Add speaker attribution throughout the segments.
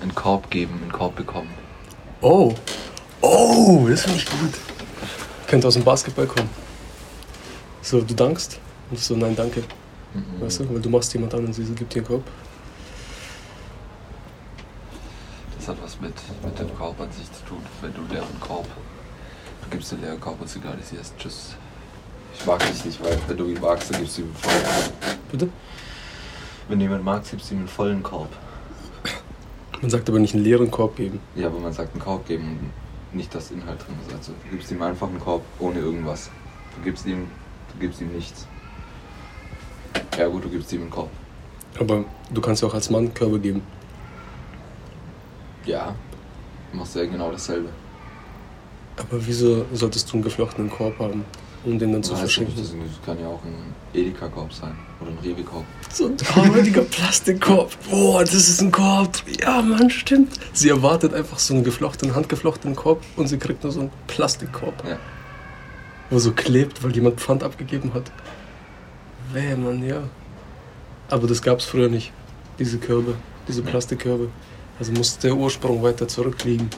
Speaker 1: einen Korb geben, einen Korb bekommen.
Speaker 2: Oh. Oh, das finde ich gut. Könnte aus dem Basketball kommen. So, du dankst und so, nein, danke.
Speaker 1: Mhm.
Speaker 2: Weißt du, weil du machst jemand an und sie so, gibt dir einen Korb.
Speaker 1: Das hat was mit, mit dem Korb an sich zu tun, wenn du einen leeren Korb. Du gibst den leeren Korb und signalisierst, tschüss. Ich mag dich nicht, weil wenn du ihn magst, dann gibst du ihm einen vollen Korb.
Speaker 2: Bitte?
Speaker 1: Wenn jemand mag, gibst du ihm einen vollen Korb.
Speaker 2: Man sagt aber nicht einen leeren Korb geben.
Speaker 1: Ja, aber man sagt einen Korb geben und nicht das Inhalt drin ist. Also du gibst ihm einfach einen Korb ohne irgendwas. Du gibst ihm, du gibst ihm nichts. Ja gut, du gibst ihm einen Korb.
Speaker 2: Aber du kannst ja auch als Mann Körbe geben.
Speaker 1: Ja. Machst du ja genau dasselbe.
Speaker 2: Aber wieso solltest du einen geflochtenen Korb haben, um den dann zu
Speaker 1: Weiß nicht,
Speaker 2: verschenken?
Speaker 1: Das das kann ja auch ein Edeka-Korb sein oder ein Rewe-Korb.
Speaker 2: So ein trauriger Plastikkorb. Boah, das ist ein Korb. Ja, Mann, stimmt. Sie erwartet einfach so einen geflochtenen, handgeflochtenen Korb und sie kriegt nur so einen Plastikkorb,
Speaker 1: Ja.
Speaker 2: wo so klebt, weil jemand Pfand abgegeben hat. Wäh, Mann, ja. Aber das gab's früher nicht, diese Körbe, diese
Speaker 1: Nee.
Speaker 2: Plastikkörbe. Also muss der Ursprung weiter zurückliegen.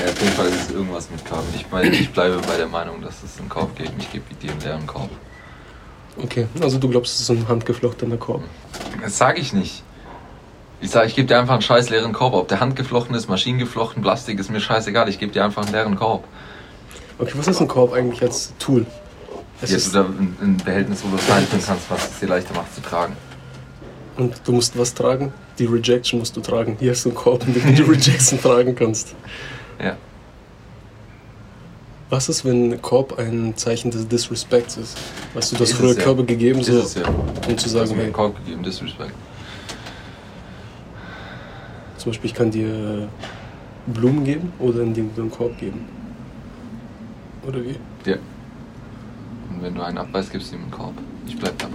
Speaker 1: Ja, auf jeden Fall ist es irgendwas mit Korb. Ich, meine, ich bleibe bei der Meinung, dass es einen Korb gibt. Ich gebe dir einen leeren Korb.
Speaker 2: Okay, also du glaubst, es ist so ein handgeflochtener Korb.
Speaker 1: Das sage ich nicht. Ich sage, ich gebe dir einfach einen scheiß leeren Korb. Ob der handgeflochten ist, maschinengeflochten, Plastik, ist mir scheißegal. Ich gebe dir einfach einen leeren Korb.
Speaker 2: Okay, was ist ein Korb eigentlich als Tool? Es
Speaker 1: Jetzt
Speaker 2: ist-
Speaker 1: oder ein, ein Behältnis, wo du es reinfüllen kannst, was es dir leichter macht zu tragen.
Speaker 2: Und du musst was tragen? Die Rejection musst du tragen. Hier ist so ein Korb, in dem du die Rejection tragen kannst.
Speaker 1: Ja.
Speaker 2: Was ist, wenn Korb ein Zeichen des Disrespects ist? Weißt du, das
Speaker 1: Ist
Speaker 2: früher
Speaker 1: es ja.
Speaker 2: Körbe gegeben,
Speaker 1: Ist
Speaker 2: so,
Speaker 1: es ja.
Speaker 2: um zu
Speaker 1: Du hast
Speaker 2: sagen,
Speaker 1: mir
Speaker 2: hey,
Speaker 1: einen Korb gegeben, Disrespect.
Speaker 2: zum Beispiel, ich kann dir äh, Blumen geben oder indem du einen Korb geben. Oder wie?
Speaker 1: Ja. Und wenn du einen abweist, gibst du ihm einen Korb. Ich bleib da.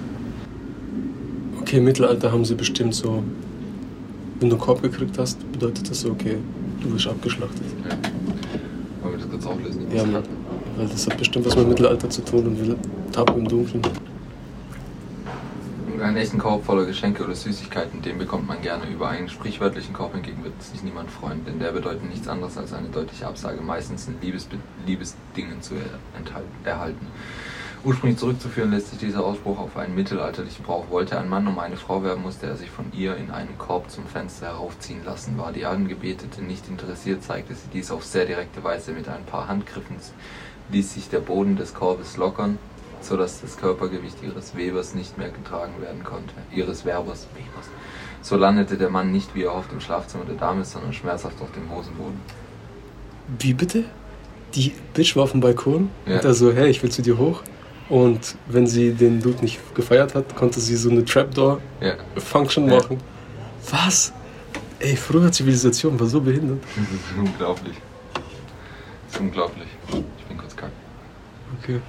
Speaker 2: Okay, im Mittelalter haben sie bestimmt so, wenn du einen Korb gekriegt hast, bedeutet das so, okay, du wirst abgeschlachtet.
Speaker 1: Ja. Wollen wir das kurz auflösen? Ich
Speaker 2: Ja,
Speaker 1: muss
Speaker 2: Mann.
Speaker 1: kacken.
Speaker 2: Weil das hat bestimmt was mit Mittelalter zu tun und wir tappen im Dunkeln.
Speaker 1: Einen echten Korb voller Geschenke oder Süßigkeiten, den bekommt man gerne. Über einen sprichwörtlichen Korb hingegen wird sich niemand freuen, denn der bedeutet nichts anderes als eine deutliche Absage, meistens in Liebesbe Liebesdingen zu er enthalten, erhalten. Ursprünglich zurückzuführen lässt sich dieser Ausspruch auf einen mittelalterlichen Brauch. Wollte ein Mann um eine Frau werben, musste er sich von ihr in einen Korb zum Fenster heraufziehen lassen. War die Angebetete nicht interessiert, zeigte sie dies auf sehr direkte Weise mit ein paar Handgriffen, ließ sich der Boden des Korbes lockern sodass das Körpergewicht ihres Webers nicht mehr getragen werden konnte. Ihres Werbers, Webers. So landete der Mann nicht wie erhofft im Schlafzimmer der Dame, sondern schmerzhaft auf dem Hosenboden.
Speaker 2: Wie bitte? Die Bitch war auf dem Balkon
Speaker 1: Ja.
Speaker 2: und er so, hey, ich will zu dir hoch. Und wenn sie den Dude nicht gefeiert hat, konnte sie so eine Trapdoor-Function
Speaker 1: Ja. Ja.
Speaker 2: machen. Was? Ey, früher Zivilisation war so behindert.
Speaker 1: Das ist unglaublich. Das ist unglaublich. Ich bin kurz kack.
Speaker 2: Okay.